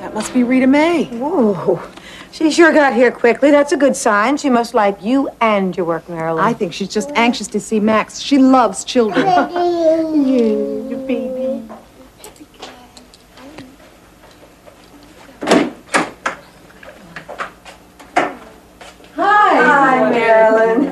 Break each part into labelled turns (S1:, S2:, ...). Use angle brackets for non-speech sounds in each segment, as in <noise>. S1: That must be Rita May.
S2: Oh,
S3: Whoa. She sure got here quickly. That's a good sign. She must like you and your work, Marilyn.
S1: I think she's just anxious to see Max. She loves children.
S3: Hi, Marilyn.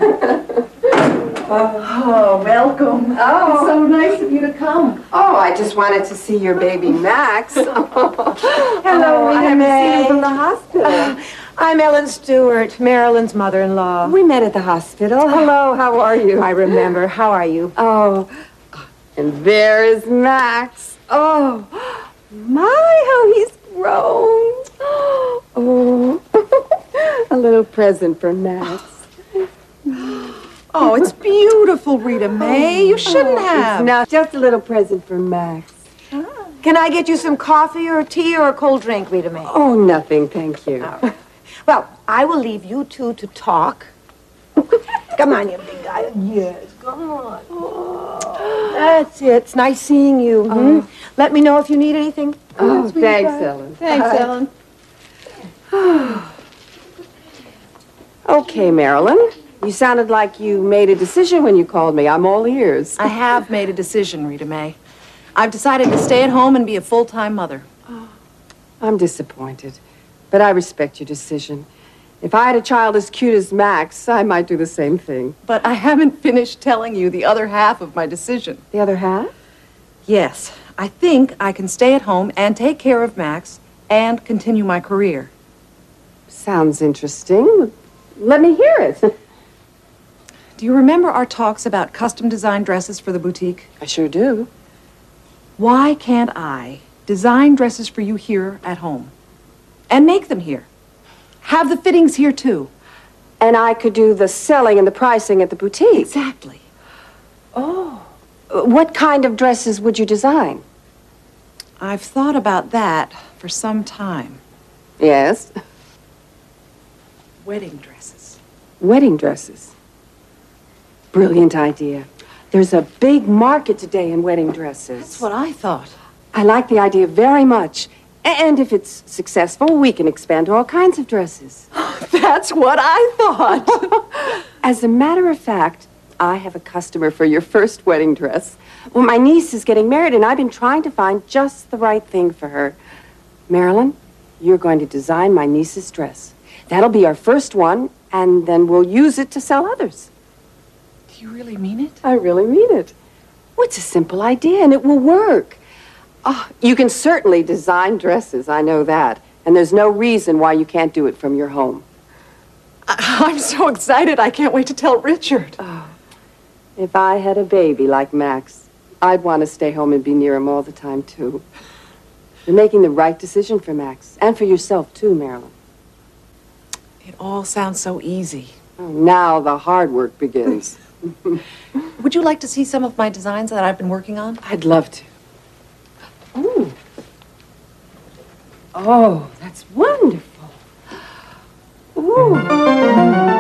S2: Oh, welcome. It's
S3: Oh,
S2: so nice of you to come.
S3: oh, I just wanted to see your baby <laughs> Max. Hello,
S2: Hello,
S3: Oh,
S2: Rita
S3: I haven't seen
S2: Mae.
S3: him from the hospital.
S2: I'm Ellen Stewart, Marilyn's mother-in-law.
S3: We met at the hospital. Hello, how are you?
S2: I remember. How are you?
S3: Oh, and there is Max. Oh, my, how he's grown. <gasps> Oh, <laughs> a little present for Max.
S1: <gasps> Oh, it's beautiful, Rita May. You shouldn't
S3: Oh, It's
S1: have.
S3: not just a little present for Max.
S2: Can I get you some coffee or tea or a cold drink, Rita Mae?
S3: Oh, nothing, thank you.
S1: Oh.
S2: Well, I will leave you two to talk. come on, you big guy. Yes, come on. That's it. It's nice seeing you. hmm? Let me know if you need anything.
S3: Oh, thanks, Ellen.
S1: Thanks, Ellen.
S3: <sighs> Okay, Marilyn. You sounded like you made a decision when you called me. I'm all ears.
S1: I have made a decision, Rita May. I've decided to stay at home and be a full-time mother.
S3: I'm disappointed, but I respect your decision. If I had a child as cute as Max, I might do the same thing.
S1: But I haven't finished telling you the other half of my decision.
S3: The other half?
S1: Yes, I think I can stay at home and take care of Max and continue my career.
S3: Sounds interesting. Let me hear it. <laughs>
S1: Do you remember our talks about custom designed dresses for the boutique?
S3: I sure do.
S1: Why can't I design dresses for you here at home and make them here? Have the fittings here too.
S3: And I could do the selling and the pricing at the boutique.
S1: Exactly.
S3: Uh, What kind of dresses would you design?
S1: I've thought about that for some time.
S3: Yes.
S1: Wedding dresses.
S3: Wedding dresses. Brilliant idea. There's a big market today in wedding dresses.
S1: That's what I thought. <laughs>
S3: I like the idea very much. A- And if it's successful, we can expand to all kinds of dresses.
S1: <gasps> That's what I thought.
S3: <laughs> As a matter of fact, I have a customer for your first wedding dress. Well, my niece is getting married, and I've been trying to find just the right thing for her. Marilyn, you're going to design my niece's dress. That'll be our first one, and then we'll use it to sell others.
S1: Do you really mean it?
S3: I really mean it. Well, it's a simple idea, and it will work. Ah, you can certainly design dresses, I know that. And there's no reason why you can't do it from your home.
S1: I'm so excited. I can't wait to tell Richard.
S3: If I had a baby like Max, I'd want to stay home and be near him all the time, too. You're making the right decision for Max, and for yourself, too, Marilyn.
S1: It all sounds so easy.
S3: Oh, now the hard work begins.
S1: Would you like to see some of my designs that I've been working on?
S3: <laughs> I'd love to. Ooh. Oh, that's wonderful. Ooh.